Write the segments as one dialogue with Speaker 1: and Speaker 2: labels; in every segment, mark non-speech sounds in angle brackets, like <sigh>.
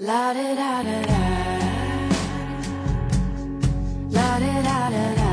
Speaker 1: La da da da da. La da da da da.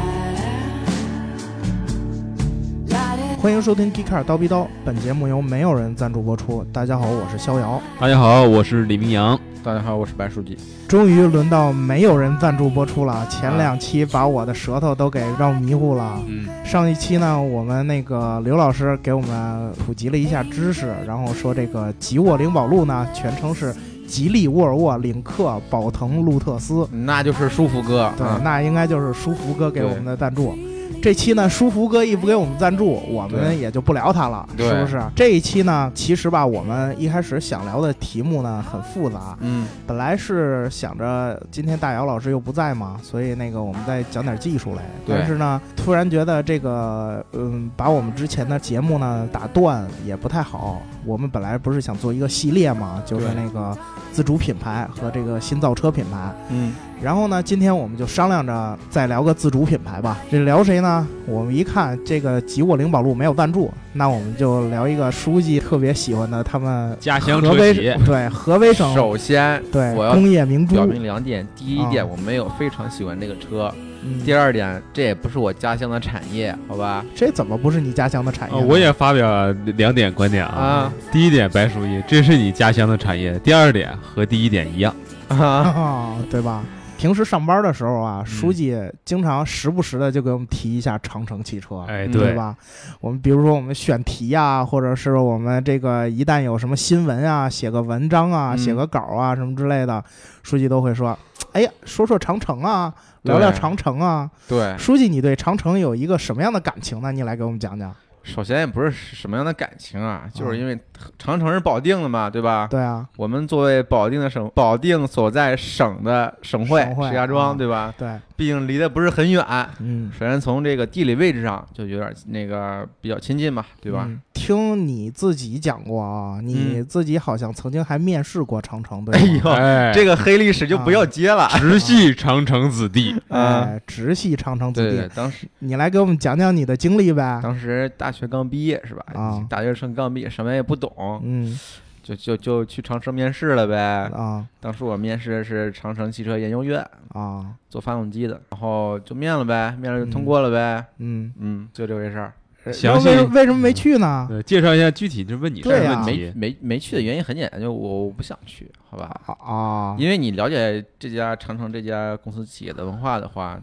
Speaker 1: La da.
Speaker 2: 欢迎收听《Geekcar 刀逼刀》，本节目由没有人赞助播出。大家好，我是逍遥。
Speaker 3: 大家好，我是李明阳。
Speaker 4: 大家好，我是白书记。
Speaker 2: 终于轮到没有人赞助播出了，前两期把我的舌头都给绕迷糊了。
Speaker 3: 嗯，
Speaker 2: 上一期呢，我们那个刘老师给我们普及了一下知识，然后说这个吉沃灵宝路呢，全称是吉利沃尔沃领克宝腾路特斯。
Speaker 4: 那就是舒服哥，
Speaker 2: 对，
Speaker 4: 啊
Speaker 2: 那应该就是舒服哥给我们的赞助。这期呢，舒服哥一不给我们赞助，我们
Speaker 4: 对
Speaker 2: 也就不聊他了，
Speaker 4: 对
Speaker 2: 是不是？这一期呢，其实吧，我们一开始想聊的题目呢很复杂，
Speaker 4: 嗯，
Speaker 2: 本来是想着今天大姚老师又不在嘛，所以那个我们再讲点技术类。
Speaker 4: 对
Speaker 2: 但是呢，突然觉得这个，嗯，把我们之前的节目呢打断也不太好。我们本来不是想做一个系列嘛，就是
Speaker 4: 对
Speaker 2: 那个自主品牌和这个新造车品牌。
Speaker 4: 嗯，
Speaker 2: 然后呢，今天我们就商量着再聊个自主品牌吧。这聊谁呢？我们一看这个吉沃灵宝路没有赞助，那我们就聊一个书记特别喜欢的他们
Speaker 3: 家乡
Speaker 2: 河
Speaker 3: 车
Speaker 2: 北
Speaker 3: 企，
Speaker 2: 对河北省
Speaker 4: 首先
Speaker 2: 对
Speaker 4: 我要
Speaker 2: 工业明珠
Speaker 4: 表，明两点：第一点，
Speaker 2: 嗯啊
Speaker 4: 我没有非常喜欢这个车；
Speaker 2: 嗯
Speaker 4: 第二点，这也不是我家乡的产业，好吧？
Speaker 2: 这怎么不是你家乡的产业
Speaker 3: 呃
Speaker 2: 呢？
Speaker 3: 我也发表两点观点啊
Speaker 4: 啊。
Speaker 3: 第一点，白书记，这是你家乡的产业。第二点和第一点一样，
Speaker 4: 啊，
Speaker 2: 啊， <laughs> 对吧？平时上班的时候
Speaker 3: 嗯
Speaker 2: 啊，书记经常时不时的就给我们提一下长城汽车，
Speaker 3: 哎，
Speaker 4: 嗯
Speaker 2: 对
Speaker 3: 对，
Speaker 2: 吧？我们比如说我们选题啊，或者是我们这个一旦有什么新闻啊，写个文章啊，
Speaker 4: 嗯
Speaker 2: 写个稿啊什么之类的，书记都会说：“哎呀，说说长城啊，聊
Speaker 4: 对哎
Speaker 2: 聊长城啊。”
Speaker 4: <laughs> 对，
Speaker 2: 书记，你对长城有一个什么样的感情呢？你来给我们讲讲。
Speaker 4: 首先也不是什么样的感情啊，就是因为长城是保定的嘛，对吧？
Speaker 2: 对啊，
Speaker 4: 我们作为保定的省，保定所在省的省会
Speaker 2: 省会
Speaker 4: 石家庄，
Speaker 2: 啊
Speaker 4: 对吧？
Speaker 2: 对，
Speaker 4: 毕竟离得不是很远，
Speaker 2: 嗯，
Speaker 4: 首先从这个地理位置上就有点那个比较亲近嘛，对吧？嗯
Speaker 2: 嗯听你自己讲过啊，你自己好像曾经还面试过长城，对
Speaker 4: <laughs> 哎
Speaker 2: 吗？
Speaker 4: 呦，
Speaker 3: 哎，
Speaker 4: 这个黑历史就不要接了。
Speaker 3: 直系长城子弟，
Speaker 4: 啊
Speaker 2: 哎，直系长城子
Speaker 4: 对
Speaker 2: 弟，
Speaker 4: 对，当时
Speaker 2: 你来给我们讲讲你的经历呗。
Speaker 4: 当时大学刚毕业是吧？
Speaker 2: 哎啊
Speaker 4: 大学生刚毕业，什么也不懂，
Speaker 2: 嗯
Speaker 4: 就就就去长城面试了呗。
Speaker 2: 啊
Speaker 4: 当时我面试的是长城汽车研究院，
Speaker 2: 啊
Speaker 4: 做发动机的，然后就面了呗，面了
Speaker 2: 嗯
Speaker 4: 就通过了呗。
Speaker 2: 嗯，
Speaker 4: 嗯，就这回事儿。
Speaker 3: 详细
Speaker 2: 那为为什么没去呢？
Speaker 3: 对，
Speaker 4: 嗯
Speaker 3: 介绍一下具体这问你是
Speaker 2: 对
Speaker 3: 问
Speaker 2: 啊
Speaker 4: 没
Speaker 3: 题。
Speaker 4: 没没去的原因很简单，就我我不想去，好吧？
Speaker 2: 啊啊
Speaker 4: 因为你了解这家长城这家公司企业的文化的话，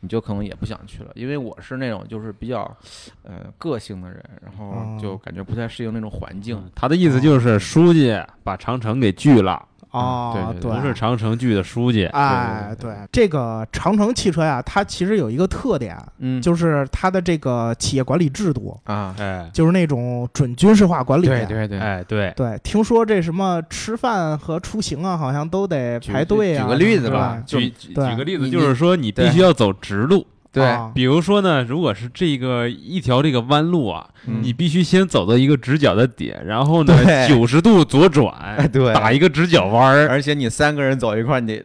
Speaker 4: 你就可能也不想去了。因为我是那种就是比较，呃，个性的人，然后就感觉不太适应那种环境。
Speaker 3: 嗯他的意思就是，书记把长城给拒了，
Speaker 2: 啊！
Speaker 4: 哦嗯对对
Speaker 3: 不是长城拒的书记。
Speaker 2: 哎，对，这个长城汽车呀，它其实有一个特点，
Speaker 4: 嗯
Speaker 2: 就是它的这个企业管理制度，
Speaker 4: 啊，
Speaker 3: 哎
Speaker 2: 就是那种准军事化管理。
Speaker 4: 对对
Speaker 3: 哎，对，
Speaker 2: 对听说这什么吃饭和出行啊，好像都得
Speaker 4: 举
Speaker 2: 排队啊。
Speaker 4: 举个例子
Speaker 2: 是
Speaker 4: 吧
Speaker 2: 吧？
Speaker 4: 就
Speaker 3: 举举举
Speaker 2: 对
Speaker 3: 个例子，
Speaker 4: 你
Speaker 3: 就是说你必
Speaker 4: 对
Speaker 3: 须要走直路。
Speaker 4: 对，
Speaker 2: 啊
Speaker 3: 比如说呢，如果是这个一条这个弯路啊，
Speaker 2: 嗯
Speaker 3: 你必须先走到一个直角的点，然后呢
Speaker 4: 对
Speaker 3: 九十度左
Speaker 4: <laughs> 哎
Speaker 3: 转，
Speaker 4: 对
Speaker 3: 打一个直角弯儿，
Speaker 4: 而且你三个人走一块儿，你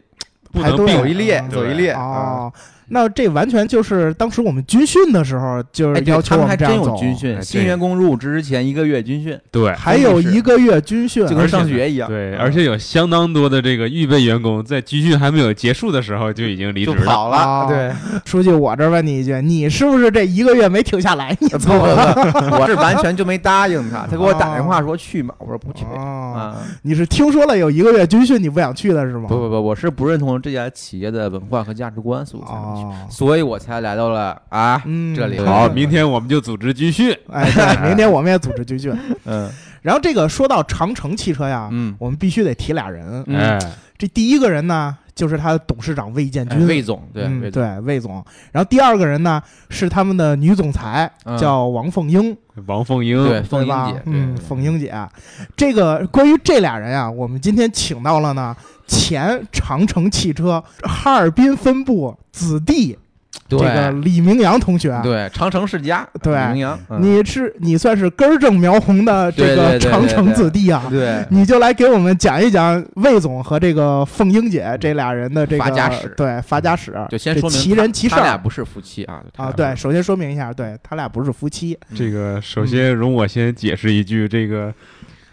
Speaker 3: 不
Speaker 2: 排
Speaker 3: 能
Speaker 2: 队
Speaker 4: 走
Speaker 3: 并
Speaker 4: 一列，
Speaker 2: 对
Speaker 4: 走一列啊。
Speaker 2: 哦，那这完全就是当时我们军训的时候，就
Speaker 4: 哎，
Speaker 2: 是
Speaker 4: 对
Speaker 2: 要
Speaker 4: 他
Speaker 2: 求我
Speaker 4: 们还
Speaker 2: 这
Speaker 4: 真
Speaker 2: 样走。
Speaker 4: 有军
Speaker 3: 哎
Speaker 4: 训，
Speaker 3: 对
Speaker 4: 新员工入职之前一个月军训，
Speaker 3: 对。
Speaker 2: 还有一个月军训，
Speaker 4: 就跟上学一样。
Speaker 3: 对，而且有相当多的这个预备员工在军训还没有结束的时候就已经离职
Speaker 4: 就
Speaker 3: 了。
Speaker 4: 跑
Speaker 2: 啊
Speaker 4: 了，对，
Speaker 2: 书记，我这问你一句，你是不是这一个月没停下来？你
Speaker 4: 不
Speaker 2: 走了？
Speaker 4: 不 <laughs> 不，我是完全就没答应他，他给我打电
Speaker 2: 啊
Speaker 4: 话说去嘛，我说不去
Speaker 2: 哦，
Speaker 4: 啊，
Speaker 2: 你是听说了有一个月军训，你不想去的是吗？
Speaker 4: 不不不，我是不认同这家企业的文化和价值观，所以我才没去，
Speaker 2: 哦，
Speaker 4: 所以我才来到了啊，
Speaker 2: 嗯，
Speaker 4: 这里
Speaker 2: 对
Speaker 3: 好，明天我们就组织军训。
Speaker 2: 哎，对，明天我们也组织军训。
Speaker 4: 嗯
Speaker 2: 然后这个说到长城汽车呀，
Speaker 4: 嗯，
Speaker 2: 我们必须得提俩人。
Speaker 4: 嗯
Speaker 3: 哎，
Speaker 2: 这第一个人呢，就是他的董事长魏建
Speaker 4: 哎
Speaker 2: 军，
Speaker 4: 魏总对
Speaker 2: 嗯
Speaker 4: 魏总，
Speaker 2: 对魏总。然后第二个人呢，是他们的女总裁，
Speaker 4: 嗯
Speaker 2: 叫王凤英。
Speaker 3: 王凤英，
Speaker 4: 对凤
Speaker 2: 对吧？
Speaker 4: 英姐，
Speaker 2: 嗯，
Speaker 4: 对
Speaker 2: 凤英姐，这个关于这俩人啊，我们今天请到了呢前长城汽车哈尔滨分部子弟这个
Speaker 4: 对
Speaker 2: 李明阳同学。
Speaker 4: 对长城世家，
Speaker 2: 啊对
Speaker 4: 名扬，嗯
Speaker 2: 你是你算是根正苗红的这个
Speaker 4: 对对对
Speaker 2: 长城子弟啊，
Speaker 4: 对
Speaker 2: 你就来给我们讲一讲魏总和这个凤英姐这俩人的这个
Speaker 4: 发家史嗯
Speaker 2: 对发家史，
Speaker 4: 就先
Speaker 2: 这
Speaker 4: 说明
Speaker 2: 奇人奇事
Speaker 4: 他俩
Speaker 2: 儿
Speaker 4: 不是夫妻啊他
Speaker 2: 啊。
Speaker 4: 俩
Speaker 2: 对，
Speaker 4: 不是
Speaker 2: 首先说明一下，对他俩不是夫妻，
Speaker 3: 这个首先
Speaker 4: <laughs>
Speaker 3: 容我先解释一句这个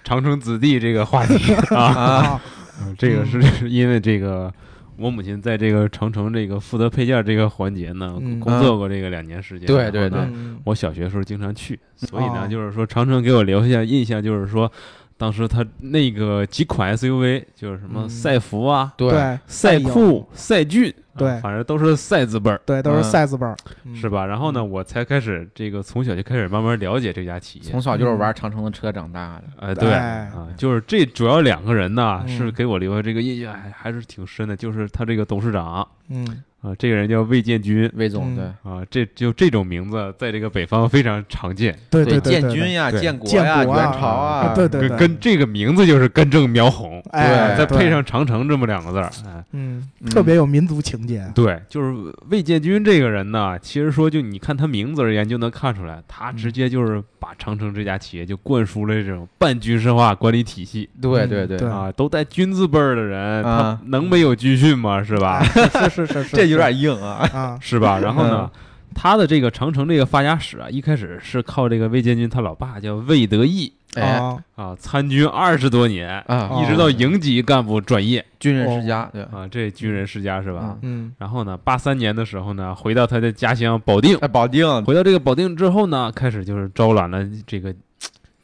Speaker 3: 长城子弟这个话题啊，
Speaker 4: 啊，
Speaker 2: 啊，
Speaker 3: 嗯这个
Speaker 2: 嗯
Speaker 3: 是因为这个我母亲在这个长城这个负责配件儿这个环节呢，
Speaker 2: 嗯
Speaker 3: 工作过这个两年时间。
Speaker 4: 对
Speaker 3: 然后
Speaker 4: 对
Speaker 3: 呢
Speaker 4: 对
Speaker 2: 嗯
Speaker 3: 我小学时候经常去，所以
Speaker 2: 哦
Speaker 3: 呢，就是说长城给我留下印象就是说，当时他那个几款 SUV 就是什么
Speaker 2: 嗯
Speaker 3: 赛福啊、
Speaker 4: 对，
Speaker 3: 赛酷、赛骏，啊
Speaker 2: 对
Speaker 3: 反正都是赛字辈儿。
Speaker 2: 对，都是
Speaker 4: 嗯
Speaker 2: size 本儿，嗯
Speaker 3: 是？吧？然后呢，我才开始这个从小就开始慢慢了解这家企业
Speaker 4: 从。小就是玩长城的车长大的。
Speaker 3: 呃，对
Speaker 2: 哎
Speaker 3: 啊，就是这主要两个人呢，
Speaker 2: 嗯
Speaker 3: 是给我留下这个印象还还是挺深的，就是他这个董事长
Speaker 2: 嗯，
Speaker 3: 啊，这个人叫魏建军
Speaker 4: 魏总对
Speaker 2: 嗯，
Speaker 3: 啊，这就这种名字在这个北方非常常见，
Speaker 2: 对对对，
Speaker 4: 建
Speaker 2: 对
Speaker 4: 军，呀、
Speaker 3: 对
Speaker 4: 建国
Speaker 2: 建
Speaker 4: 呀、
Speaker 2: 国
Speaker 4: 元
Speaker 2: 啊
Speaker 4: 朝啊，
Speaker 2: 啊对对
Speaker 3: 跟跟这个名字就是根正苗红，
Speaker 2: 哎，
Speaker 3: 再
Speaker 2: 对
Speaker 3: 配，上长城这么两个字儿，哎，
Speaker 2: 嗯，
Speaker 4: 嗯
Speaker 2: 特别有民族情节，
Speaker 3: 对，就是魏建军这个人呢，其实说就你看他名字而言就能看出来，他
Speaker 2: 嗯
Speaker 3: 直接就是把长城这家企业就灌输了这种半军事化管理体系
Speaker 4: 对
Speaker 2: 嗯
Speaker 4: 对对
Speaker 2: 对
Speaker 3: 啊，都带军字辈儿的人，
Speaker 4: 啊
Speaker 3: 他能没有军训吗？是吧？
Speaker 2: 哎是是是是，
Speaker 4: 这有点硬啊。
Speaker 2: 是啊，
Speaker 3: 是吧？然后呢，他的这个长城这个发家史啊，一开始是靠这个魏建军他老爸叫魏德义
Speaker 4: 哎
Speaker 2: 啊，
Speaker 3: 啊，参军二十多年。
Speaker 4: 啊，
Speaker 3: 一
Speaker 2: 哦
Speaker 3: 直到营级干部转业
Speaker 4: 军人世家，对，
Speaker 3: 啊，这军人世家是吧？
Speaker 4: 啊
Speaker 2: 嗯
Speaker 3: 然后呢，八三年的时候呢，回到他的家乡保定，
Speaker 4: 哎，保定，
Speaker 3: 回到这个保定之后呢，开始就是招揽了这个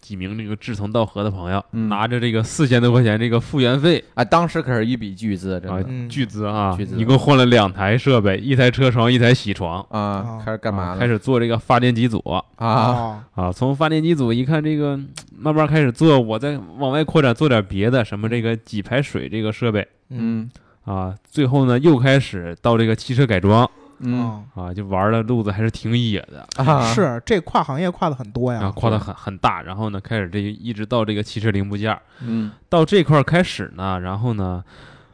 Speaker 3: 几名这个志同道合的朋友，
Speaker 4: 嗯
Speaker 3: 拿着这个四千多块钱这个复原费
Speaker 4: 哎，当时可是一笔巨资，真
Speaker 3: 啊
Speaker 4: 的，
Speaker 2: 嗯，
Speaker 3: 巨资啊，
Speaker 4: 巨资
Speaker 3: 一共换了两台设备，一台车床，一台铣床，
Speaker 4: 啊
Speaker 2: 啊，
Speaker 4: 开始干嘛
Speaker 3: 啊
Speaker 4: 了？
Speaker 3: 开始做这个发电机组
Speaker 4: 啊，
Speaker 2: 啊，
Speaker 3: 啊，从发电机组一看这个，嗯慢慢开始做，我再往外扩展做点别的，什么这个给排水这个设备
Speaker 4: 嗯
Speaker 3: 啊，最后呢又开始到这个汽车改装
Speaker 4: 嗯
Speaker 2: 哦
Speaker 3: 啊，就玩的路子还是挺野的。
Speaker 4: 啊，
Speaker 2: 是这跨行业跨的很多
Speaker 3: 啊，
Speaker 2: 呀，
Speaker 3: 跨的很很大，然后呢，开始这一直到这个汽车零部件，
Speaker 4: 嗯
Speaker 2: 啊
Speaker 3: 到这块儿开始呢，然后呢，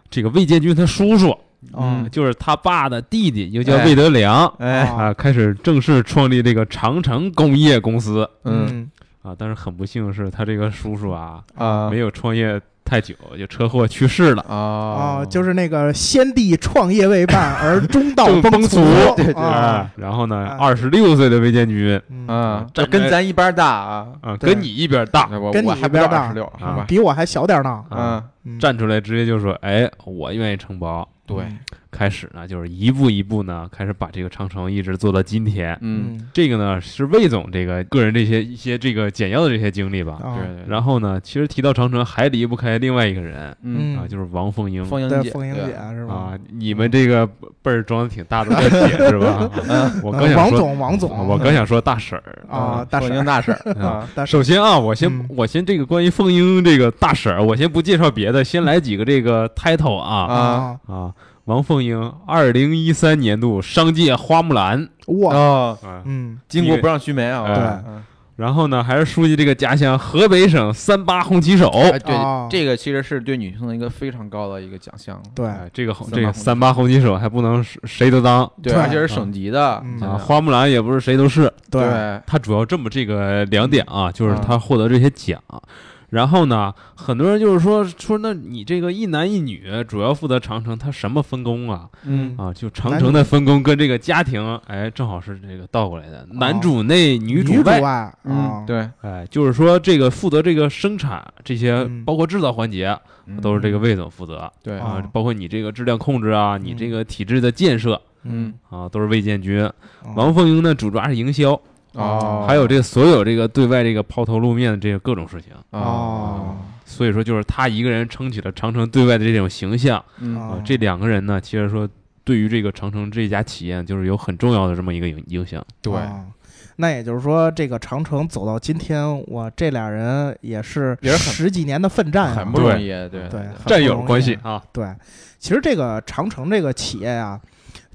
Speaker 3: 这个魏建军他叔叔，
Speaker 2: 啊
Speaker 4: 嗯，
Speaker 3: 就是他爸的弟弟，又叫
Speaker 4: 哎
Speaker 3: 魏德良、
Speaker 4: 哎，
Speaker 2: 啊
Speaker 3: 啊，开始正式创立这个长城工业公司
Speaker 4: 嗯
Speaker 2: 嗯
Speaker 3: 啊。但是很不幸是他这个叔叔啊，
Speaker 4: 啊，
Speaker 3: 没有创业太久，就车祸去世了。
Speaker 4: 啊
Speaker 2: 啊，就是那个先帝创业未半而中道
Speaker 3: 正崩
Speaker 2: 殂
Speaker 3: 殂
Speaker 4: 对对对
Speaker 2: 啊，
Speaker 3: 啊，然后呢，
Speaker 2: 啊
Speaker 3: 二十六岁的魏建军
Speaker 2: 嗯
Speaker 4: 啊，这
Speaker 3: 这
Speaker 4: 跟咱一般大啊，
Speaker 3: 啊，
Speaker 2: 对嗯
Speaker 3: 跟你一边大，
Speaker 4: 哎我
Speaker 2: 跟
Speaker 4: 我
Speaker 2: 你
Speaker 4: 还
Speaker 2: 一
Speaker 4: 不到
Speaker 2: 边大
Speaker 4: 二十六，是
Speaker 3: 啊
Speaker 2: 嗯
Speaker 4: 吧？
Speaker 2: 比我还小点儿呢，
Speaker 3: 啊
Speaker 4: 嗯，
Speaker 2: 嗯
Speaker 3: 站出来直接就说：“哎，我愿意承包。”
Speaker 4: 对，
Speaker 3: 开始呢，就是一步一步呢，开始把这个长城一直做到今天。
Speaker 4: 嗯，
Speaker 2: 嗯
Speaker 3: 这个呢是魏总这个个人这些一些这个简要的这些经历吧。
Speaker 2: 啊
Speaker 4: 对，对，后
Speaker 3: 然后呢，其实提到长城还离不开另外一个人、
Speaker 4: 嗯，
Speaker 3: 啊，
Speaker 2: 嗯
Speaker 3: 就是王凤英
Speaker 4: 凤英
Speaker 2: 对
Speaker 4: 姐，
Speaker 2: 凤英嗯
Speaker 4: 对
Speaker 2: 姐是吧
Speaker 3: 啊？。你们这个辈儿装的挺大的大姐是吧？啊 <laughs> 我刚
Speaker 2: 呃
Speaker 3: 想
Speaker 2: 王
Speaker 3: 说，
Speaker 2: 总，王
Speaker 3: 啊
Speaker 2: 总，
Speaker 3: 我刚想说大婶儿
Speaker 2: 啊，大
Speaker 4: 凤
Speaker 2: 婶
Speaker 4: 英
Speaker 2: 儿
Speaker 4: 大婶儿
Speaker 3: 啊
Speaker 4: <laughs> 啊，
Speaker 2: 大婶
Speaker 3: 首先啊，我先、
Speaker 2: 嗯
Speaker 3: 我先这个关于凤英这个大婶儿，我先不介绍别的，先来几个这个 title
Speaker 2: 儿
Speaker 3: 啊
Speaker 4: 啊，
Speaker 3: 啊，王凤英，二零一三年度商界花木兰
Speaker 2: 哇，
Speaker 4: 哦，
Speaker 3: 啊，
Speaker 2: 嗯
Speaker 4: 巾帼不让须眉啊，
Speaker 3: 哎
Speaker 4: 嗯
Speaker 3: 然后呢，还是书记这个家乡河北省三八红旗手。
Speaker 4: 哎，对
Speaker 2: 哦，
Speaker 4: 这个其实是对女性的一个非常高的一个奖项，
Speaker 2: 对，
Speaker 3: 哎，这个红
Speaker 4: 三八
Speaker 3: 这个
Speaker 4: 红旗
Speaker 3: 三八红旗手还不能是谁都当
Speaker 4: 对，
Speaker 2: 对
Speaker 4: 而且是省级的，
Speaker 2: 嗯
Speaker 4: 现
Speaker 3: 啊，
Speaker 4: 在
Speaker 3: 花木兰也不是谁都是。
Speaker 4: 对，
Speaker 3: 他主要这么这个两点啊，就是
Speaker 4: 嗯
Speaker 3: 他获得这些奖。然后呢，很多人就是说说，那你这个一男一女主要负责长城，他什么分工啊？
Speaker 4: 嗯
Speaker 3: 啊，就长城的分工跟这个家庭，哎，正好是这个倒过来的，男主内女
Speaker 2: 主
Speaker 3: 主外。
Speaker 2: 外，
Speaker 4: 嗯，
Speaker 2: 啊，
Speaker 4: 对，
Speaker 3: 哎，就是说这个负责这个生产这些
Speaker 2: 嗯，
Speaker 3: 包括制造环节，
Speaker 4: 嗯
Speaker 3: 都是这个魏总负责。
Speaker 4: 对
Speaker 2: 啊
Speaker 3: 啊，包括你这个质量控制啊，你这
Speaker 2: 嗯
Speaker 3: 个体制的建设
Speaker 4: 嗯啊
Speaker 3: 啊，都是魏建军。
Speaker 2: 嗯，
Speaker 3: 王凤英呢，主抓是营销，
Speaker 4: 哦，
Speaker 3: 还有这个所有这个对外这个抛头露面的这个各种事情。
Speaker 2: 哦，
Speaker 3: 所以说，就是他一个人撑起了长城对外的这种形象
Speaker 4: 嗯
Speaker 2: 啊
Speaker 3: 啊。这两个人呢，其实说对于这个长城这家企业，就是有很重要的这么一个影影响。
Speaker 4: 对
Speaker 2: 啊那也就是说，这个长城走到今天，我这俩人也是
Speaker 4: 也是很
Speaker 2: 十几年的奋战啊，
Speaker 4: 很不容易，对
Speaker 2: 对，很不
Speaker 3: 战友
Speaker 2: 容易
Speaker 3: 关系啊，
Speaker 2: 对，其实这个长城这个企业啊，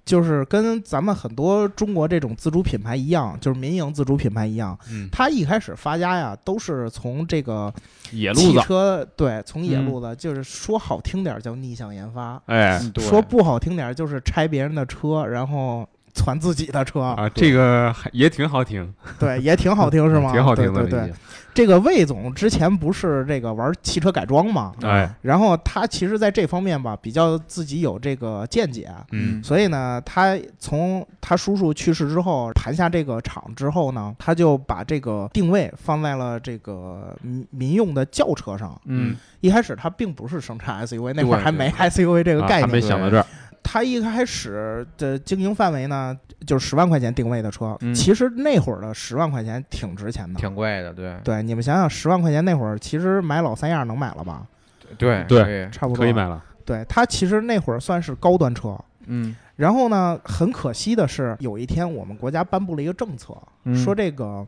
Speaker 2: 就是跟咱们很多中国这种自主品牌一样，就是民营自主品牌一样，
Speaker 3: 嗯，
Speaker 2: 它一开始发家呀，都是从这个
Speaker 3: 野路
Speaker 2: 汽
Speaker 3: 子，
Speaker 2: 车对，从野
Speaker 4: 嗯
Speaker 2: 路子，就是说好听点儿叫逆向研发，
Speaker 3: 哎，
Speaker 4: 嗯对
Speaker 2: 说不好听点儿就是拆别人的车，然后传自己的车
Speaker 3: 啊，这个还也挺好听，
Speaker 2: 对也挺好听是吗？
Speaker 3: 挺好听的，
Speaker 2: 对对对。这个魏总之前不是这个玩汽车改装嘛，
Speaker 3: 对，哎，
Speaker 2: 然后他其实在这方面吧，比较自己有这个见解，
Speaker 3: 嗯，
Speaker 2: 所以呢，他从他叔叔去世之后盘下这个厂之后呢，他就把这个定位放在了这个民民用的轿车上。
Speaker 4: 嗯，
Speaker 2: 一开始他并不是生产 SUV，那会儿
Speaker 4: 对
Speaker 2: 还没
Speaker 4: 对
Speaker 2: SUV 这个
Speaker 3: 啊
Speaker 2: 概
Speaker 3: 还没
Speaker 2: 念。
Speaker 3: 想到这儿，
Speaker 2: 他一开始的经营范围呢，就是十万块钱定位的车。
Speaker 4: 嗯
Speaker 2: 其实那会儿的十万块钱挺值钱的。
Speaker 4: 挺贵的，对
Speaker 2: 对，你们想想，十万块钱那会儿，其实买老三样能买了吧？
Speaker 4: 对
Speaker 3: 对
Speaker 4: 可以，
Speaker 2: 差不多
Speaker 3: 哎可以。买了，
Speaker 2: 对，它其实那会儿算是高端车。
Speaker 4: 嗯，
Speaker 2: 然后呢，很可惜的是，有一天我们国家颁布了一个政策，
Speaker 4: 嗯
Speaker 2: 说这个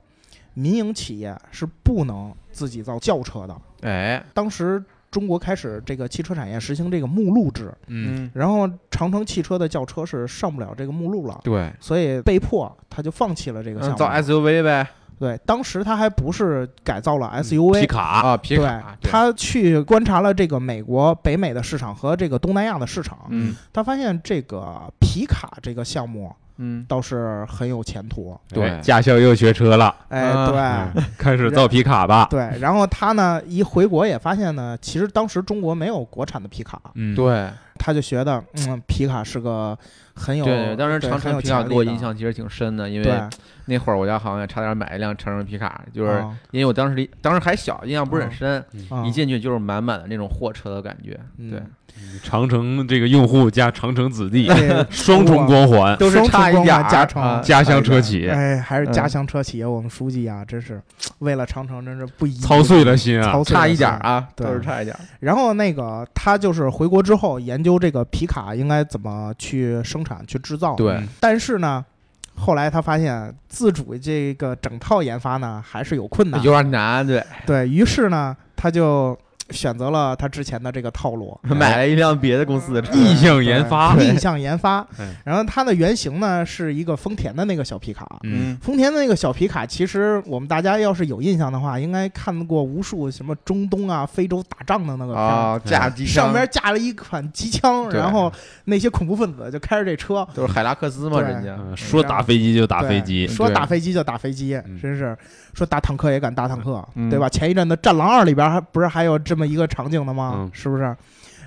Speaker 2: 民营企业是不能自己造轿车的。
Speaker 4: 哎，
Speaker 2: 当时中国开始这个汽车产业实行这个目录制，
Speaker 3: 嗯，
Speaker 2: 然后长城汽车的轿车是上不了这个目录了。
Speaker 4: 对，
Speaker 2: 所以被迫他就放弃了这个项
Speaker 4: 嗯
Speaker 2: 目。
Speaker 4: 造 SUV 呗
Speaker 2: 对，当时他还不是改造了
Speaker 3: 皮
Speaker 2: SUV，、
Speaker 3: 卡，
Speaker 4: 啊，嗯皮
Speaker 2: 对
Speaker 4: 卡，，对
Speaker 2: 他去观察了这个美国、北美的市场和这个东南亚的市场，
Speaker 4: 嗯
Speaker 2: 他发现这个皮卡这个项目
Speaker 4: 嗯，
Speaker 2: 倒是很有前途。
Speaker 4: 对
Speaker 3: 哎驾校又学车了，
Speaker 2: 哎，
Speaker 4: 啊
Speaker 2: 对。
Speaker 3: 嗯开始造皮卡吧，
Speaker 2: 对，然后他呢一回国也发现呢，其实当时中国没有国产的皮卡，
Speaker 3: 嗯，
Speaker 4: 对
Speaker 2: 他就觉得，嗯，皮卡是个很有
Speaker 4: 对，当时
Speaker 2: 对
Speaker 4: 长
Speaker 2: 很有
Speaker 4: 城皮卡
Speaker 2: 潜
Speaker 4: 给我
Speaker 2: 力的
Speaker 4: 印象其实挺深的，因
Speaker 2: 对
Speaker 4: 为，那会儿我家好像也差点买一辆长城皮卡，就是
Speaker 2: 啊
Speaker 4: 因为我当时离当时还小，印象不
Speaker 2: 嗯
Speaker 4: 是很深，
Speaker 2: 啊
Speaker 4: 一进去就是满满的那种货车的感觉，
Speaker 2: <laughs>
Speaker 4: 对
Speaker 2: 嗯，
Speaker 3: 长城这个用户加长城子弟，
Speaker 2: 这
Speaker 3: 双重光环，
Speaker 4: 都是
Speaker 2: 双
Speaker 4: 差
Speaker 2: 重
Speaker 4: 一
Speaker 2: 光
Speaker 4: 点
Speaker 2: 环
Speaker 4: 儿
Speaker 2: 加成
Speaker 4: 啊
Speaker 3: 家乡车企
Speaker 2: 哎，还是
Speaker 4: 嗯
Speaker 2: 家乡车企业，我们书记啊，真是为了长城，真是不遗
Speaker 3: 操碎了心啊
Speaker 2: 操，碎了
Speaker 4: 差一点
Speaker 2: 心
Speaker 4: 儿。啊，
Speaker 2: 对
Speaker 4: 都是差一点儿，
Speaker 2: 然后那个他就是回国之后研究这个皮卡应该怎么去生产、去制造。，
Speaker 4: 对
Speaker 3: 嗯，
Speaker 2: 但是呢，后来他发现自主这个整套研发呢还是有困难。
Speaker 4: 有点难，对，
Speaker 2: 对于是呢，他就选择了他之前的这个套路。
Speaker 4: 买了一辆别的公司的车，
Speaker 2: 嗯
Speaker 3: 逆向研发，
Speaker 4: <laughs>
Speaker 2: 逆向研发
Speaker 3: 嗯，
Speaker 2: 然后它的原型呢是一个丰田的那个小皮卡，
Speaker 3: 嗯，
Speaker 2: 丰田的那个小皮卡，其实我们大家要是有印象的话，应该看过无数什么中东啊、非洲打仗的那个片儿，
Speaker 4: 啊，架机
Speaker 2: 上
Speaker 4: 枪
Speaker 2: 边架了一款机枪，
Speaker 4: 对
Speaker 2: 然后那些恐怖分子就开着这车，
Speaker 4: 都是海拉克斯嘛，
Speaker 2: 对
Speaker 4: 人家
Speaker 3: 嗯说打飞机就打飞机
Speaker 2: 对，说打飞机就打飞机，
Speaker 3: 嗯
Speaker 2: 真是说打坦克也敢打坦克，
Speaker 4: 嗯
Speaker 2: 对吧？前一阵的《战狼二》里边还不是还有这么一个场景的吗？
Speaker 3: 嗯
Speaker 2: 是不是？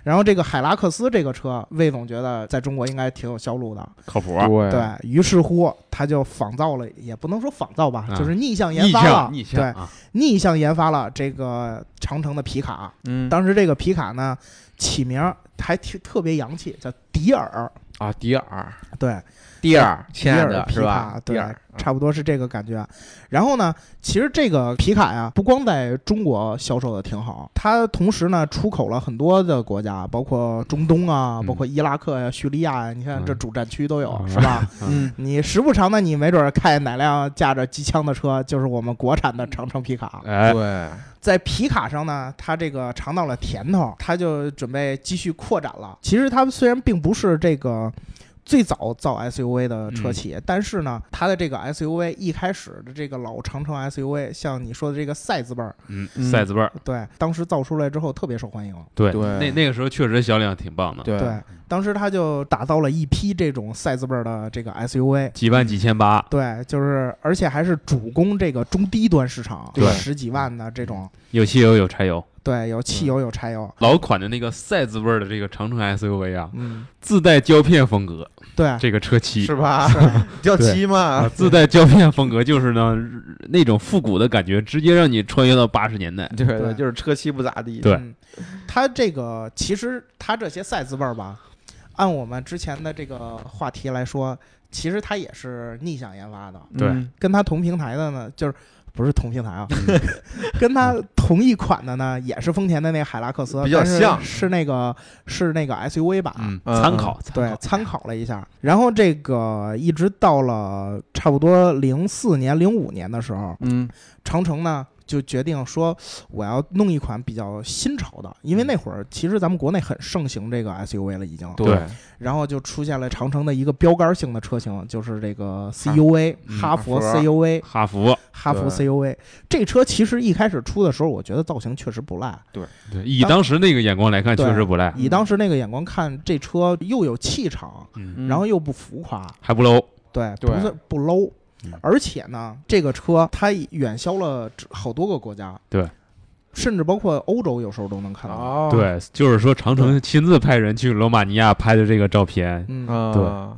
Speaker 2: 然后这个海拉克斯这个车，魏总觉得在中国应该挺有销路的，
Speaker 3: 靠谱，啊
Speaker 4: 对
Speaker 2: 对于是乎，他就仿造了，也不能说仿造吧，
Speaker 3: 啊
Speaker 2: 就是逆向研
Speaker 3: 逆
Speaker 2: 发了，
Speaker 3: 向逆向
Speaker 2: 对，
Speaker 3: 啊，
Speaker 2: 逆向研发了这个长城的皮卡。
Speaker 4: 嗯
Speaker 2: 当时这个皮卡呢，起名儿还挺特别洋气，叫迪尔。
Speaker 4: 啊，迪尔，
Speaker 3: 啊
Speaker 2: 对，
Speaker 4: 迪尔，亲
Speaker 2: 迪
Speaker 4: 爱
Speaker 2: 尔
Speaker 4: 的
Speaker 2: 皮
Speaker 4: 是吧
Speaker 2: 卡，？
Speaker 4: 迪
Speaker 2: 对嗯
Speaker 4: 尔，，
Speaker 2: 差不多是这个感觉。然后呢，其实这个皮卡呀，不光在中国销售的挺好，它同时呢出口了很多的国家，包括中东啊，
Speaker 3: 嗯
Speaker 2: 包括伊拉克呀、叙利亚呀，你看这
Speaker 3: 嗯
Speaker 2: 主战区都有，
Speaker 3: 嗯
Speaker 2: 是吧？
Speaker 4: 嗯，
Speaker 2: 你时不常的，你没准儿看哪辆驾着机枪的车，就是我们国产的长城皮卡。
Speaker 3: 哎，
Speaker 4: 对，
Speaker 2: 在皮卡上呢，他这个尝到了甜头，他就准备继续扩展了。其实他们虽然并不是这个最早造 SUV 的车企，但是呢，它的这个 SUV 一开始的这个老长城 SUV，像你说的这个赛字辈儿，
Speaker 3: 嗯，
Speaker 4: 嗯
Speaker 3: 赛字辈儿，
Speaker 2: 对，当时造出来之后特别受欢迎。
Speaker 3: 对，
Speaker 4: 对
Speaker 3: 那那个时候确实销量挺棒的，
Speaker 4: 对，
Speaker 2: 对，当时他就打造了一批这种赛字辈儿的这个 SUV。
Speaker 3: 几万几千八，
Speaker 2: 对，就是，而且还是主攻这个中低端市场，
Speaker 4: 对
Speaker 2: 十几万的这种，
Speaker 3: 有汽油有柴油，
Speaker 2: 对，有汽油，有柴油，
Speaker 3: 老款的那个赛字辈儿的这个长城 SUV 啊，
Speaker 2: 嗯，
Speaker 3: 自带胶片风格，
Speaker 2: 对，
Speaker 3: 这个车漆
Speaker 4: 是吧？ <laughs> 叫
Speaker 3: 对
Speaker 4: 七
Speaker 3: 啊，
Speaker 4: 嘛，
Speaker 3: 自带胶片风格就是呢那种复古的感觉，直接让你穿越到八十年代，
Speaker 4: <laughs> 对
Speaker 2: 对
Speaker 4: 对，就是车漆不咋地，
Speaker 3: 对
Speaker 2: 嗯，它这个其实它这些赛字味儿吧，按我们之前的这个话题来说，其实它也是逆向研发的，
Speaker 3: 对
Speaker 4: 嗯
Speaker 2: 跟它同平台的呢，就是不是同平台啊，跟它同一款的呢，也是丰田的那海拉克斯，
Speaker 4: 比较
Speaker 2: 但是
Speaker 4: 像
Speaker 2: 是那个是那个 SUV 版。
Speaker 3: 嗯，
Speaker 4: 嗯
Speaker 3: 参考，参
Speaker 2: 对
Speaker 3: 考，，
Speaker 2: 参考了一下，然后这个一直到了差不多零四年、零五年的时候，
Speaker 4: 嗯，
Speaker 2: 长城呢就决定说，我要弄一款比较新潮的，因为那会儿其实咱们国内很盛行这个 SUV 了已经，
Speaker 4: 嗯
Speaker 3: 对
Speaker 2: 然后就出现了长城的一个标杆性的车型，就是这个 CUV、
Speaker 3: 嗯
Speaker 2: 哈佛
Speaker 4: 哈佛
Speaker 2: CUV、
Speaker 3: 哈弗，
Speaker 2: 哈佛
Speaker 4: 对
Speaker 2: CUV。这车其实一开始出的时候，我觉得造型确实不赖，
Speaker 3: 对，以当时那个眼光来看，
Speaker 2: 对
Speaker 3: 确实不赖，
Speaker 2: 以当时那个眼光看，这车又有气场，
Speaker 3: 嗯，
Speaker 4: 嗯
Speaker 2: 然后又不浮夸，
Speaker 3: 还不 low，
Speaker 2: 对，
Speaker 4: 对
Speaker 2: 不是不 low
Speaker 3: 嗯。
Speaker 2: 而且呢，这个车它远销了好多个国家，
Speaker 3: 对，
Speaker 2: 甚至包括欧洲，有时候都能看到。
Speaker 4: 哦，
Speaker 3: 对，就是说长城亲自派人去罗马尼亚拍的这个照片，
Speaker 2: 嗯，
Speaker 4: 啊，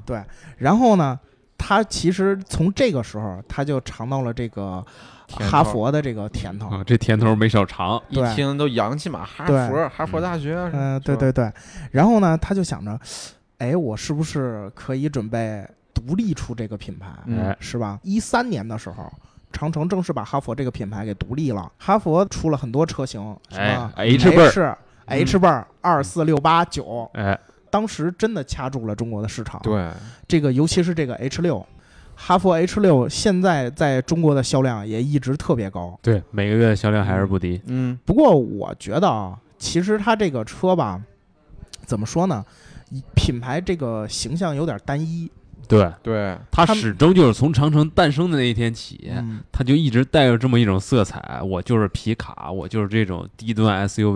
Speaker 2: 然后呢，他其实从这个时候他就尝到了这个
Speaker 4: 甜头嗯
Speaker 2: 哈佛的这个甜头。
Speaker 3: 啊，这甜头没少尝。
Speaker 4: 一
Speaker 2: 对
Speaker 4: 听都洋气嘛，哈
Speaker 2: 对
Speaker 4: 佛哈佛大学，啊
Speaker 2: 嗯、
Speaker 4: 是
Speaker 2: 对
Speaker 4: 吧，
Speaker 2: 对对。然后呢，他就想着，哎，我是不是可以准备独立出这个品牌，
Speaker 4: 嗯
Speaker 3: 哎，
Speaker 2: 是吧？一三年的时候。长城正式把哈佛这个品牌给独立了。哈佛出了很多车型，什么
Speaker 3: 哎，H 辈儿，
Speaker 2: H
Speaker 4: 嗯
Speaker 2: H 辈儿二四六八九，
Speaker 3: 哎，
Speaker 2: 当时真的掐住了中国的市场。
Speaker 4: 对，
Speaker 2: 这个尤其是这个 H 六，哈弗 H 六现在在中国的销量也一直特别高。
Speaker 3: 对，每个月销量还是不低。
Speaker 4: 嗯，
Speaker 2: 不过我觉得啊，其实它这个车吧，怎么说呢？品牌这个形象有点单一，
Speaker 3: 对，
Speaker 4: 对，
Speaker 3: 它
Speaker 2: 他们
Speaker 3: 始终就是从长城诞生的那一天起，
Speaker 2: 嗯，
Speaker 3: 它就一直带着这么一种色彩。我就是皮卡，我就是这种低端 SUV。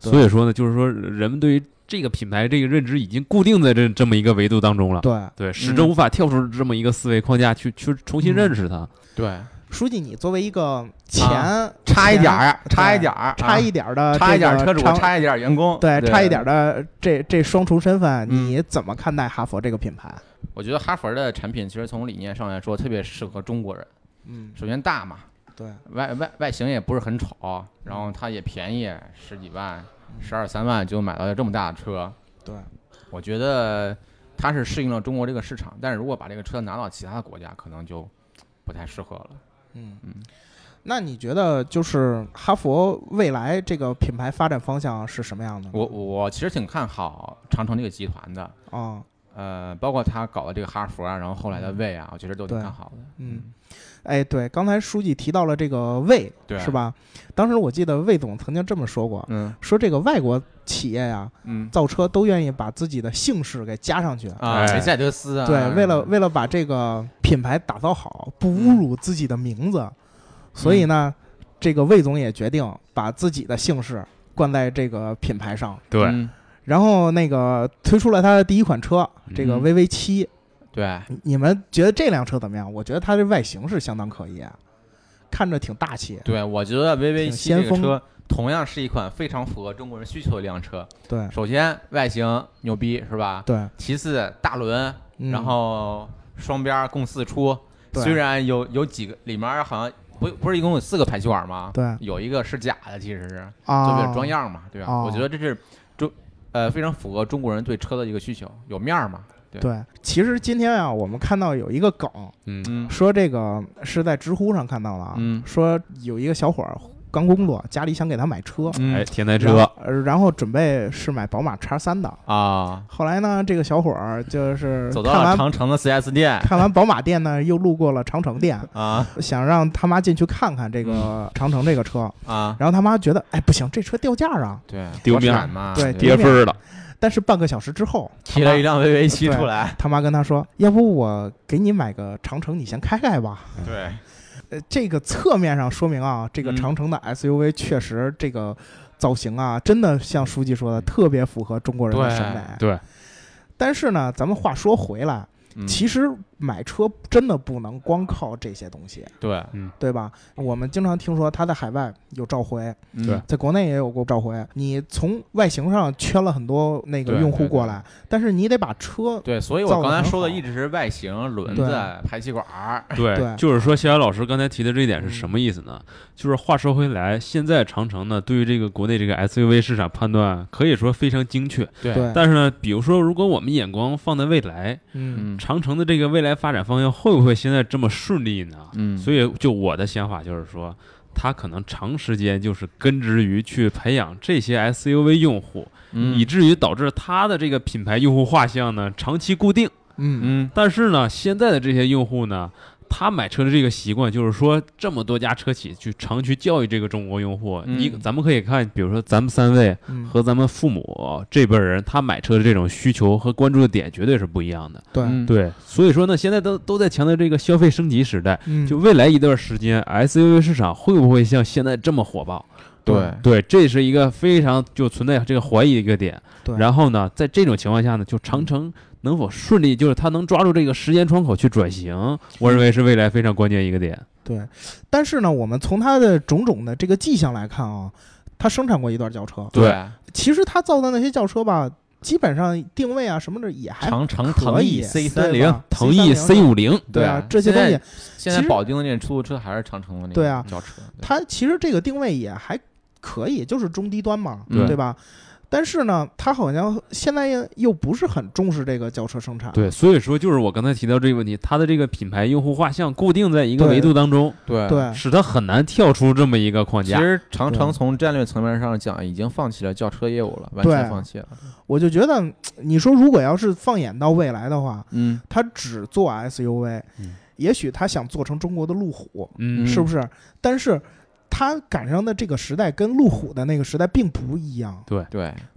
Speaker 2: 对
Speaker 3: 所以说呢，就是说人们对于这个品牌这个认知已经固定在这这么一个维度当中了。
Speaker 2: 对。
Speaker 3: 对，始终无法跳出这么一个思维框架去去重新认识它。
Speaker 4: 对，
Speaker 2: 书记，你作为一个前、
Speaker 4: 啊差一点儿呀，
Speaker 2: 对
Speaker 4: 差一点儿，
Speaker 2: 差一呃
Speaker 4: 啊
Speaker 2: 点儿的、
Speaker 4: 差一点儿车主，差一点儿员工，
Speaker 2: 对差一点儿的这这双重身份，
Speaker 4: 嗯
Speaker 2: 你怎么看待哈佛这个品牌？
Speaker 4: 我觉得哈佛的产品其实从理念上来说特别适合中国人。
Speaker 2: 嗯，
Speaker 4: 首先大嘛，
Speaker 2: 对，
Speaker 4: 外外外形也不是很丑，然后它也便宜，十几万、十二三万就买到了这么大的车。
Speaker 2: 对，
Speaker 4: 我觉得它是适应了中国这个市场，但是如果把这个车拿到其他的国家，可能就不太适合了。
Speaker 2: 嗯
Speaker 4: 嗯，
Speaker 2: 那你觉得就是哈佛未来这个品牌发展方向是什么样的呢？
Speaker 4: 我我其实挺看好长城这个集团的，
Speaker 2: 啊，
Speaker 4: 呃，包括他搞的这个哈佛啊，然后后来的魏啊，我觉得都挺
Speaker 2: 对
Speaker 4: 看好的。
Speaker 2: 嗯，哎，对，刚才书记提到了这个魏，
Speaker 4: 对
Speaker 2: 是吧？当时我记得魏总曾经这么说过，
Speaker 4: 嗯
Speaker 2: 说这个外国企业呀、
Speaker 4: 嗯
Speaker 2: 造车都愿意把自己的姓氏给加上去。
Speaker 4: 啊，
Speaker 3: 哎
Speaker 4: 梅赛德斯啊，
Speaker 2: 对，为了为了把这个品牌打造好，
Speaker 4: 嗯
Speaker 2: 不侮辱自己的名字，所以呢，这个魏总也决定把自己的姓氏冠在这个品牌上，
Speaker 3: 对
Speaker 4: 嗯
Speaker 2: 然后那个推出了它的第一款车，这个
Speaker 4: 嗯
Speaker 2: VV 七、
Speaker 4: 对，
Speaker 2: 你们觉得这辆车怎么样？我觉得它这外形是相当可以，看着挺大气。
Speaker 4: 对，我觉得 VV 七
Speaker 2: 先
Speaker 4: 这个
Speaker 2: 锋
Speaker 4: 车同样是一款非常符合中国人需求的一辆车。
Speaker 2: 对
Speaker 4: 首先外形牛逼是吧？
Speaker 2: 对，
Speaker 4: 其次大轮，
Speaker 2: 嗯
Speaker 4: 然后双边儿共四出，
Speaker 2: 对
Speaker 4: 虽然有有几个里面儿好像不不是一共有四个排气管吗？
Speaker 2: 对
Speaker 4: 有一个是假的，其实是就
Speaker 2: 啊，
Speaker 4: 为了装样嘛，对吧？
Speaker 2: 哦
Speaker 4: 我觉得这是中呃非常符合中国人对车的一个需求，有面儿嘛。对，
Speaker 2: 对，其实今天啊，我们看到有一个梗，
Speaker 3: 嗯，
Speaker 4: 嗯
Speaker 2: 说这个是在知乎上看到的啊，
Speaker 4: 嗯
Speaker 2: 说有一个小伙儿刚工作，家里想给他买车，
Speaker 3: 哎，
Speaker 4: 嗯
Speaker 3: 天台
Speaker 2: 然后
Speaker 3: 车，
Speaker 2: 呃然后准备是买宝马叉三的。
Speaker 4: 啊，
Speaker 2: 后来呢，这个小伙儿就是
Speaker 4: 走
Speaker 2: 看
Speaker 4: 到了
Speaker 2: 完
Speaker 4: 长城的 4S 店
Speaker 2: 看完宝马店呢，又路过了长城
Speaker 4: <laughs>
Speaker 2: 店，
Speaker 4: 啊
Speaker 2: 想让他妈进去看看这
Speaker 4: 嗯
Speaker 2: 个长城这个车，
Speaker 4: 啊，
Speaker 2: 然后他妈觉得，哎，不行，这车掉价啊。
Speaker 4: 对，
Speaker 3: 丢
Speaker 4: 国
Speaker 3: 面儿
Speaker 4: 产嘛，
Speaker 2: 对
Speaker 4: 吧
Speaker 2: 丢
Speaker 3: 跌分儿了。
Speaker 2: 但是半个小时之后，
Speaker 4: 提了一辆 VV 七
Speaker 2: 对
Speaker 4: 出来，
Speaker 2: 他妈跟他说，要不我给你买个长城，你先开开吧。
Speaker 4: 对，
Speaker 2: 呃，这个侧面上说明啊，这个
Speaker 4: 嗯
Speaker 2: 长城的 SUV 确实这个造型啊，真的像书记说的，特别符合中国人的审美。
Speaker 3: 对，
Speaker 2: 但是呢，咱们话说回来，
Speaker 4: 嗯
Speaker 2: 其实买车真的不能光靠这些东西，
Speaker 4: 对
Speaker 2: 对吧？我们经常听说它在海外有召回，
Speaker 4: 嗯
Speaker 3: 对
Speaker 2: 在国内也有过召回。你从外形上圈了很多那个
Speaker 4: 对
Speaker 2: 用户
Speaker 4: 对
Speaker 2: 过
Speaker 4: 对
Speaker 2: 来，但是你得把车
Speaker 4: 对，所以
Speaker 2: 造
Speaker 4: 我
Speaker 2: 得
Speaker 4: 刚才
Speaker 2: 很
Speaker 4: 说的
Speaker 2: 好
Speaker 4: 一直是外形、轮
Speaker 2: 对
Speaker 4: 子、排气管儿，
Speaker 3: 对
Speaker 2: 对，
Speaker 3: 就是说，逍遥老师刚才提的这一点是什么意思呢？就是话说回来，现在长城呢，对于这个国内这个 SUV 市场判断可以说非常精确。
Speaker 4: 对
Speaker 2: 对，
Speaker 3: 但是呢，比如说，如果我们眼光放在未来，
Speaker 2: 嗯
Speaker 4: 嗯
Speaker 3: 长城的这个未来发展方向会不会现在这么顺利呢？
Speaker 4: 嗯
Speaker 3: 所以，就我的想法就是说，它可能长时间就是根植于去培养这些 SUV 用户，以
Speaker 4: 嗯
Speaker 3: 至于导致它的这个品牌用户画像呢长期固定。
Speaker 2: 嗯
Speaker 4: 嗯
Speaker 3: 但是呢，现在的这些用户呢，他买车的这个习惯，就是说这么多家车企去常去教育这个中国用户。
Speaker 4: 嗯
Speaker 3: 一个，咱们可以看，比如说咱们三位
Speaker 2: 嗯，
Speaker 3: 和咱们父母这辈人，他买车的这种需求和关注的点绝对是不一样的。
Speaker 2: 对，
Speaker 4: 嗯
Speaker 3: 对，所以说呢，现在都都在强调这个消费升级时代。
Speaker 2: 嗯
Speaker 3: 就未来一段时间，SUV 市场会不会像现在这么火爆？
Speaker 4: 对，
Speaker 3: 对，这是一个非常就存在这个怀疑的一个点。
Speaker 2: 对
Speaker 3: 然后呢，在这种情况下呢，就长城能否顺利，就是它能抓住这个时间窗口去转型，我认为是未来非常关键一个点。
Speaker 2: 对，但是呢，我们从它的种种的这个迹象来看啊，它生产过一段轿车，
Speaker 3: 对
Speaker 4: 对，
Speaker 2: 其实它造的那些轿车吧，基本上定位啊什么的也还
Speaker 4: 长城
Speaker 2: 可
Speaker 4: 腾
Speaker 2: 以
Speaker 4: 翼 C 三零
Speaker 2: 对吧
Speaker 3: 腾翼 C 五零，
Speaker 2: 对啊这
Speaker 4: 对，
Speaker 2: 些
Speaker 4: 现
Speaker 2: 东
Speaker 4: 在
Speaker 2: 西，
Speaker 4: 现
Speaker 2: 其
Speaker 4: 在
Speaker 2: 实
Speaker 4: 保定的那出租车还是长城的那
Speaker 2: 对啊
Speaker 4: 个轿车，对
Speaker 2: 它其实这个定位也还可以，就是中低端嘛，
Speaker 4: 嗯
Speaker 2: 对吧？但是呢，它好像现在又又不是很重视这个轿车生产，
Speaker 3: 对，所以说就是我刚才提到这个问题，它的这个品牌用户画像固定在一个
Speaker 2: 对
Speaker 3: 维度当中，
Speaker 4: 对
Speaker 2: 对
Speaker 3: 使它很难跳出这么一个框
Speaker 4: 其
Speaker 3: 架。
Speaker 4: 实长
Speaker 2: 对
Speaker 4: 城从战略层面上讲，已经放弃了轿车业务了，完全
Speaker 2: 对
Speaker 4: 放弃了。
Speaker 2: 我就觉得嗯你说如果要是放眼到未来的话，
Speaker 4: 嗯，
Speaker 2: 它只做 SUV，、
Speaker 3: 嗯
Speaker 2: 也许它想做成中国的路虎，
Speaker 3: 嗯，
Speaker 2: 是不是？但是它赶上的这个时代跟路虎的那个时代并不一样，
Speaker 4: 对，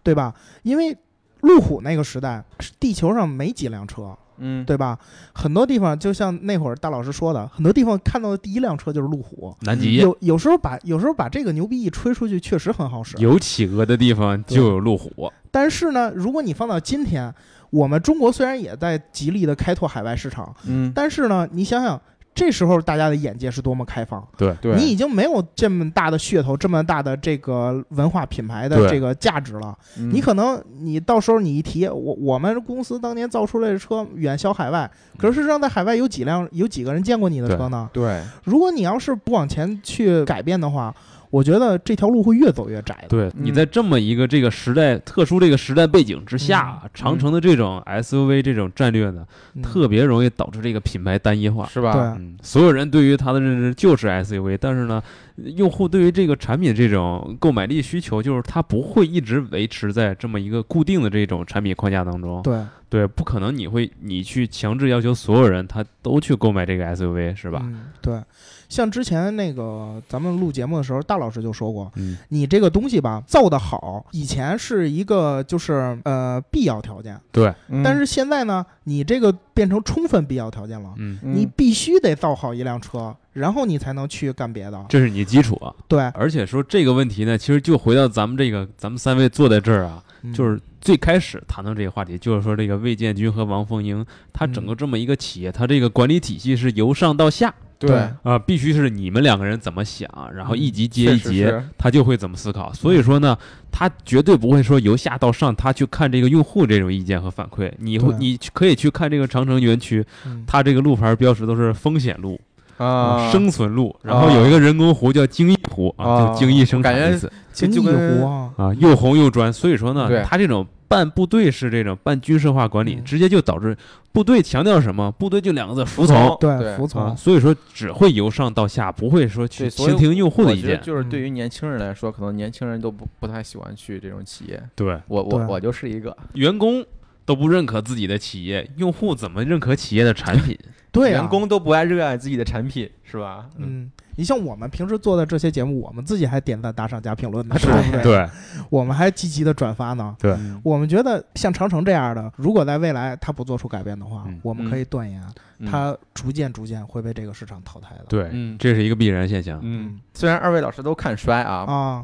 Speaker 2: 对吧？因为路虎那个时代，地球上没几辆车，
Speaker 4: 嗯，
Speaker 2: 对吧？很多地方就像那会儿大老师说的，很多地方看到的第一辆车就是路虎。
Speaker 3: 南极
Speaker 2: 有有时候把有时候把这个牛逼一吹出去，确实很好使。
Speaker 3: 有企鹅的地方就有路虎，
Speaker 2: 但是呢，如果你放到今天，我们中国虽然也在极力的开拓海外市场，
Speaker 4: 嗯，
Speaker 2: 但是呢，你想想，这时候大家的眼界是多么开放，
Speaker 3: 对
Speaker 4: 对，
Speaker 2: 你已经没有这么大的噱头，这么大的这个文化品牌的
Speaker 3: 对
Speaker 2: 这个价值了。
Speaker 4: 嗯
Speaker 2: 你可能你到时候你一提，我我们公司当年造出来的车远销海外，
Speaker 3: 嗯
Speaker 2: 可是事实上在海外有几辆有几个人见过你的车呢？
Speaker 4: 对
Speaker 2: 如果你要是不往前去改变的话，我觉得这条路会越走越窄的。
Speaker 3: 对你
Speaker 4: 嗯
Speaker 3: 在这么一个这个时代特殊这个时代背景之下，长城的这种 SUV 这种战略呢，
Speaker 2: 嗯
Speaker 3: 特别容易导致这个品牌单一化。
Speaker 4: 是吧？
Speaker 2: 对
Speaker 3: 嗯，所有人对于它的认知就是 SUV，但是呢，用户对于这个产品这种购买力需求，就是它不会一直维持在这么一个固定的这种产品框架当中。
Speaker 2: 对，
Speaker 3: 对，不可能你会你去强制要求所有人他都去购买这个 SUV，是
Speaker 2: 是
Speaker 3: 吧？
Speaker 2: 嗯，对。像之前那个咱们录节目的时候，大老师就说过，
Speaker 3: 嗯，
Speaker 2: 你这个东西吧造的好，以前是一个就是呃必要条件，
Speaker 3: 对，
Speaker 4: 嗯
Speaker 2: 但是现在呢，你这个变成充分必要条件了，
Speaker 3: 嗯，
Speaker 2: 你
Speaker 4: 嗯
Speaker 2: 必须得造好一辆车，然后你才能去干别的。
Speaker 3: 这是你基础啊。
Speaker 2: 对，
Speaker 3: 而且说这个问题呢，其实就回到咱们这个咱们三位坐在这儿啊，
Speaker 4: 嗯
Speaker 3: 就是最开始谈到这个话题，就是说这个魏建军和王凤英，他整个这么一个企
Speaker 4: 嗯
Speaker 3: 业，他这个管理体系是由上到下
Speaker 2: 对
Speaker 4: 对，
Speaker 3: 啊、必须是你们两个人怎么想，然后一级接
Speaker 4: 嗯确
Speaker 3: 一
Speaker 4: 实
Speaker 3: 级，
Speaker 4: 是
Speaker 3: 他就会怎么思考。所以说呢，他绝对不会说由下到上，他去看这个用户这种意见和反馈。你会
Speaker 2: 对
Speaker 3: 你可以去看这个长城园区，
Speaker 2: 嗯
Speaker 3: 它这个路牌标识都是风险路、
Speaker 4: 啊，
Speaker 3: 生存路，然后有一个人工湖叫精益湖啊，
Speaker 4: 啊
Speaker 3: 就精益生
Speaker 4: 我
Speaker 3: 产
Speaker 4: 感
Speaker 3: 的
Speaker 4: 觉
Speaker 3: 意思
Speaker 2: 就
Speaker 4: 就
Speaker 2: 湖
Speaker 4: 跟
Speaker 2: 啊，
Speaker 3: 啊，又红又专。所以说呢
Speaker 4: 对，
Speaker 3: 他这种半部队式这种半军事化管理，
Speaker 2: 嗯
Speaker 3: 直接就导致部队强调什么？部队就两个字：服
Speaker 4: 从
Speaker 3: 从。
Speaker 2: 对，
Speaker 4: 哦对
Speaker 2: 服
Speaker 3: 啊，
Speaker 2: 从，
Speaker 3: 所以说只会由上到下，不会说去
Speaker 4: 对所以
Speaker 3: 倾听用户的
Speaker 4: 我
Speaker 3: 意
Speaker 4: 觉得
Speaker 3: 见。
Speaker 4: 就是对
Speaker 2: 嗯
Speaker 4: 于年轻人来说，可能年轻人都不不太喜欢去这种企业。
Speaker 3: 对，
Speaker 4: 我
Speaker 2: 对
Speaker 4: 我我就是一个，
Speaker 3: 员工都不认可自己的企业，用户怎么认可企业的产品？
Speaker 2: 对啊
Speaker 4: 员，工都不爱热爱自己的产品，是吧？
Speaker 2: 嗯。你像我们平时做的这些节目，我们自己还点赞、打赏、加评论呢，
Speaker 4: 是
Speaker 2: 对不对？
Speaker 3: 对
Speaker 2: 我们还积极的转发呢。
Speaker 3: 对
Speaker 2: 我们觉得像长城这样的，如果在未来它不做出改变的话，
Speaker 3: 嗯
Speaker 2: 我们可以断言，
Speaker 4: 嗯
Speaker 2: 它逐渐逐渐会被这个市场淘汰的。
Speaker 3: 对
Speaker 4: 嗯
Speaker 3: 这是一个必然现象。
Speaker 4: 嗯，虽然二位老师都看衰啊，
Speaker 2: 啊，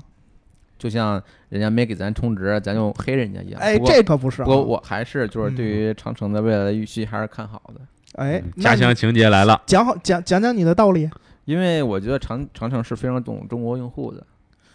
Speaker 4: 就像人家没给咱充值，咱就黑人家一样。
Speaker 2: 哎，
Speaker 4: 不过
Speaker 2: 这可不是、啊。
Speaker 4: 不过我还是就是
Speaker 2: 嗯
Speaker 4: 对于长城的未来的预期还是看好的，
Speaker 2: 哎
Speaker 3: 嗯，
Speaker 2: 那
Speaker 3: 家
Speaker 2: 你
Speaker 3: 乡情节来了。
Speaker 2: 讲好讲讲讲你的道理。
Speaker 4: 因为我觉得长长城是非常懂中国用户的，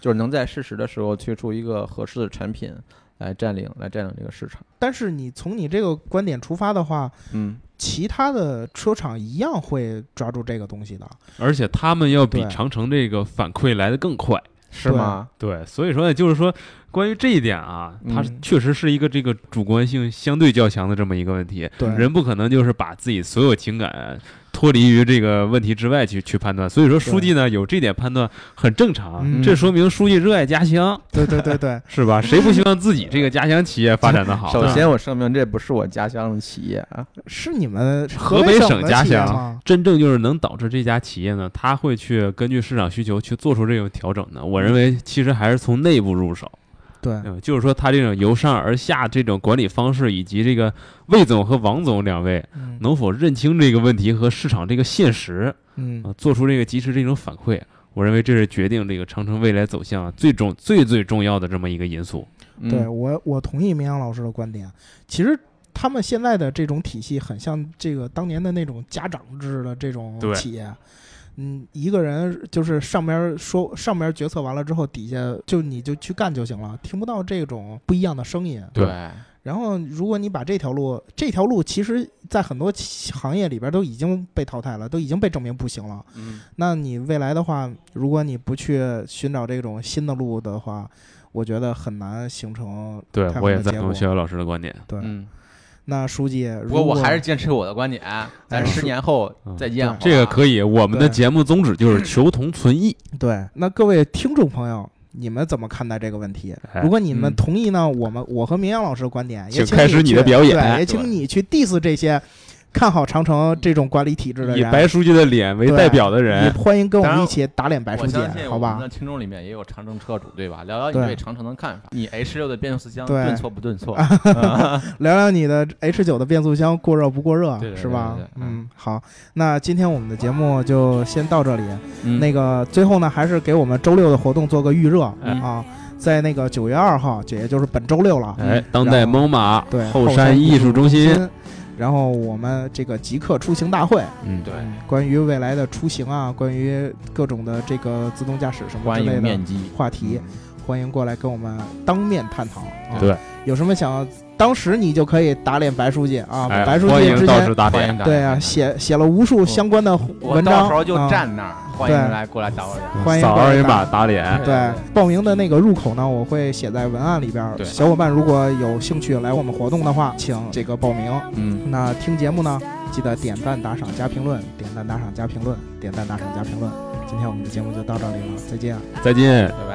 Speaker 4: 就是能在适时的时候推出一个合适的产品来占领来占领这个市场。
Speaker 2: 但是你从你这个观点出发的话，
Speaker 4: 嗯，
Speaker 2: 其他的车厂一样会抓住这个东西的。
Speaker 3: 而且他们要比
Speaker 2: 对
Speaker 3: 长城这个反馈来得更快。
Speaker 4: 是吗？
Speaker 3: 对，所以说呢，就是说，关于这一点啊，它
Speaker 2: 嗯
Speaker 3: 确实是一个这个主观性相对较强的这么一个问题。
Speaker 2: 对
Speaker 3: 人不可能就是把自己所有情感脱离于这个问题之外去去判断。所以说，书记呢有这点判断很正常，啊
Speaker 2: 嗯
Speaker 3: 这说明书记热爱家乡，
Speaker 2: 对对对
Speaker 3: <laughs>
Speaker 2: 对
Speaker 3: 是吧？谁不希望自己这个家乡企业发展的好？
Speaker 4: 首先，我声明这不是我家乡的企业啊。
Speaker 2: 是你们
Speaker 3: 河
Speaker 2: 北
Speaker 3: 北
Speaker 2: 省
Speaker 3: 省
Speaker 2: 的
Speaker 3: 家
Speaker 2: 企业
Speaker 3: 乡 <laughs>
Speaker 2: 吗，
Speaker 3: 真正就是能导致这家企业呢，它会去根据市场需求去做出这种调整的。我认为其实还是从内部入手。
Speaker 2: 对
Speaker 3: 嗯，就是说他这种由上而下这种管理方式，以及这个魏总和王总两位
Speaker 2: 嗯
Speaker 3: 能否认清这个问题和市场这个现实呃
Speaker 2: 嗯
Speaker 3: 啊、做出这个及时这种反馈，我认为这是决定这个长城未来走向最重最最重要的这么一个因素。
Speaker 4: 嗯
Speaker 2: 对我，我同意明阳老师的观点。其实他们现在的这种体系，很像这个当年的那种家长制的这种
Speaker 3: 对
Speaker 2: 企业。嗯，一个人就是上边说上边决策完了之后，底下就你就去干就行了，听不到这种不一样的声音。
Speaker 3: 对
Speaker 4: 对
Speaker 2: 然后，如果你把这条路，这条路其实在很多企行业里边都已经被淘汰了，都已经被证明不行了。
Speaker 4: 嗯
Speaker 2: 那你未来的话，如果你不去寻找这种新的路的话，我觉得很难形成
Speaker 3: 对
Speaker 2: 太好
Speaker 3: 我也
Speaker 2: 的
Speaker 3: 赞
Speaker 2: 结
Speaker 3: 同
Speaker 2: 果
Speaker 3: 逍遥老师的观点。
Speaker 2: 对。
Speaker 4: 嗯，
Speaker 2: 那书记，如
Speaker 4: 不过我
Speaker 2: 果哎
Speaker 4: 还是坚持我的观点，咱十年后
Speaker 3: 嗯
Speaker 4: 再见。
Speaker 3: 这个可
Speaker 4: 以，
Speaker 3: 以，我们的
Speaker 2: 对
Speaker 3: 节目宗旨就是求同存异。
Speaker 2: 对。那各位听众朋友，你们怎么看待这个问题？
Speaker 3: 哎
Speaker 2: 如果你们
Speaker 4: 嗯
Speaker 2: 同意呢，我们我和明阳老师的观点，也
Speaker 3: 请
Speaker 2: 请
Speaker 3: 开始你
Speaker 2: 去
Speaker 3: 的表演
Speaker 2: 对也
Speaker 3: 对
Speaker 2: 请你去 diss 这些看好长城这种管理体制的
Speaker 3: 以
Speaker 2: 人，
Speaker 3: 白书记的脸为
Speaker 2: 对
Speaker 3: 代表的人
Speaker 2: 也，欢迎跟我
Speaker 4: 当
Speaker 2: 们
Speaker 4: 然
Speaker 2: 一起打脸白书
Speaker 4: 我
Speaker 2: 记
Speaker 4: 相信，
Speaker 2: 好
Speaker 4: 我们
Speaker 2: 吧
Speaker 4: 的？听众里面也有长城车主对吧？聊聊
Speaker 2: 对
Speaker 4: 你对长城的看法，你 H 六的变速箱
Speaker 2: 对啊
Speaker 4: 顿挫不顿挫？嗯
Speaker 2: 聊聊你的 H 九的变速箱过热不过热，
Speaker 4: 对对对
Speaker 2: 是吧
Speaker 4: 对对？对
Speaker 2: 嗯，好，那今天我们的节目就先到这里。
Speaker 4: 嗯
Speaker 2: 那个最后呢，还是给我们周六的活动做个预热
Speaker 3: 哎
Speaker 2: 啊，在那个九月二号，这也就是本周六了。
Speaker 3: 哎，当代
Speaker 2: 然后
Speaker 3: 蒙马
Speaker 2: 对
Speaker 3: 后
Speaker 2: 后山
Speaker 3: 山
Speaker 2: 艺
Speaker 3: 艺术中心，
Speaker 2: 新然后我们这个极客出行大会，
Speaker 3: 嗯，
Speaker 4: 对，
Speaker 2: 嗯关于未来的出行啊，关于各种的这个自动驾驶什么
Speaker 4: 欢
Speaker 2: 之类
Speaker 4: 迎
Speaker 2: 的
Speaker 4: 面基。嗯
Speaker 2: 话题，欢迎过来跟我们当面探讨。啊、
Speaker 3: 对，
Speaker 2: 有什么想，当时你就可以打脸白书记啊！
Speaker 3: 哎，
Speaker 2: 白书
Speaker 3: 欢
Speaker 2: 记
Speaker 3: 迎
Speaker 2: 之
Speaker 3: 到时
Speaker 2: 前
Speaker 3: 打
Speaker 4: 欢
Speaker 3: 脸
Speaker 4: 迎，大家
Speaker 2: 对啊，写写了无数相关的
Speaker 4: 我
Speaker 2: 文章，
Speaker 4: 到时候就
Speaker 2: 啊
Speaker 4: 站那儿，欢迎来过来打我脸。
Speaker 2: 欢迎
Speaker 3: 扫
Speaker 2: 过来
Speaker 3: 二维
Speaker 2: 打
Speaker 3: 码打脸，
Speaker 2: 嗯对，报名的那个入口呢，我会写在文案里边儿。
Speaker 4: 对
Speaker 2: 小伙伴如果有兴趣来我们活动的话，请这个报名。
Speaker 4: 嗯，
Speaker 2: 那听节目呢，记得点赞、打赏、加评论，点赞、打赏、加评论，点赞、打赏、加评论。今天我们的节目就到这里了，再见。
Speaker 3: 再见。
Speaker 4: 拜拜。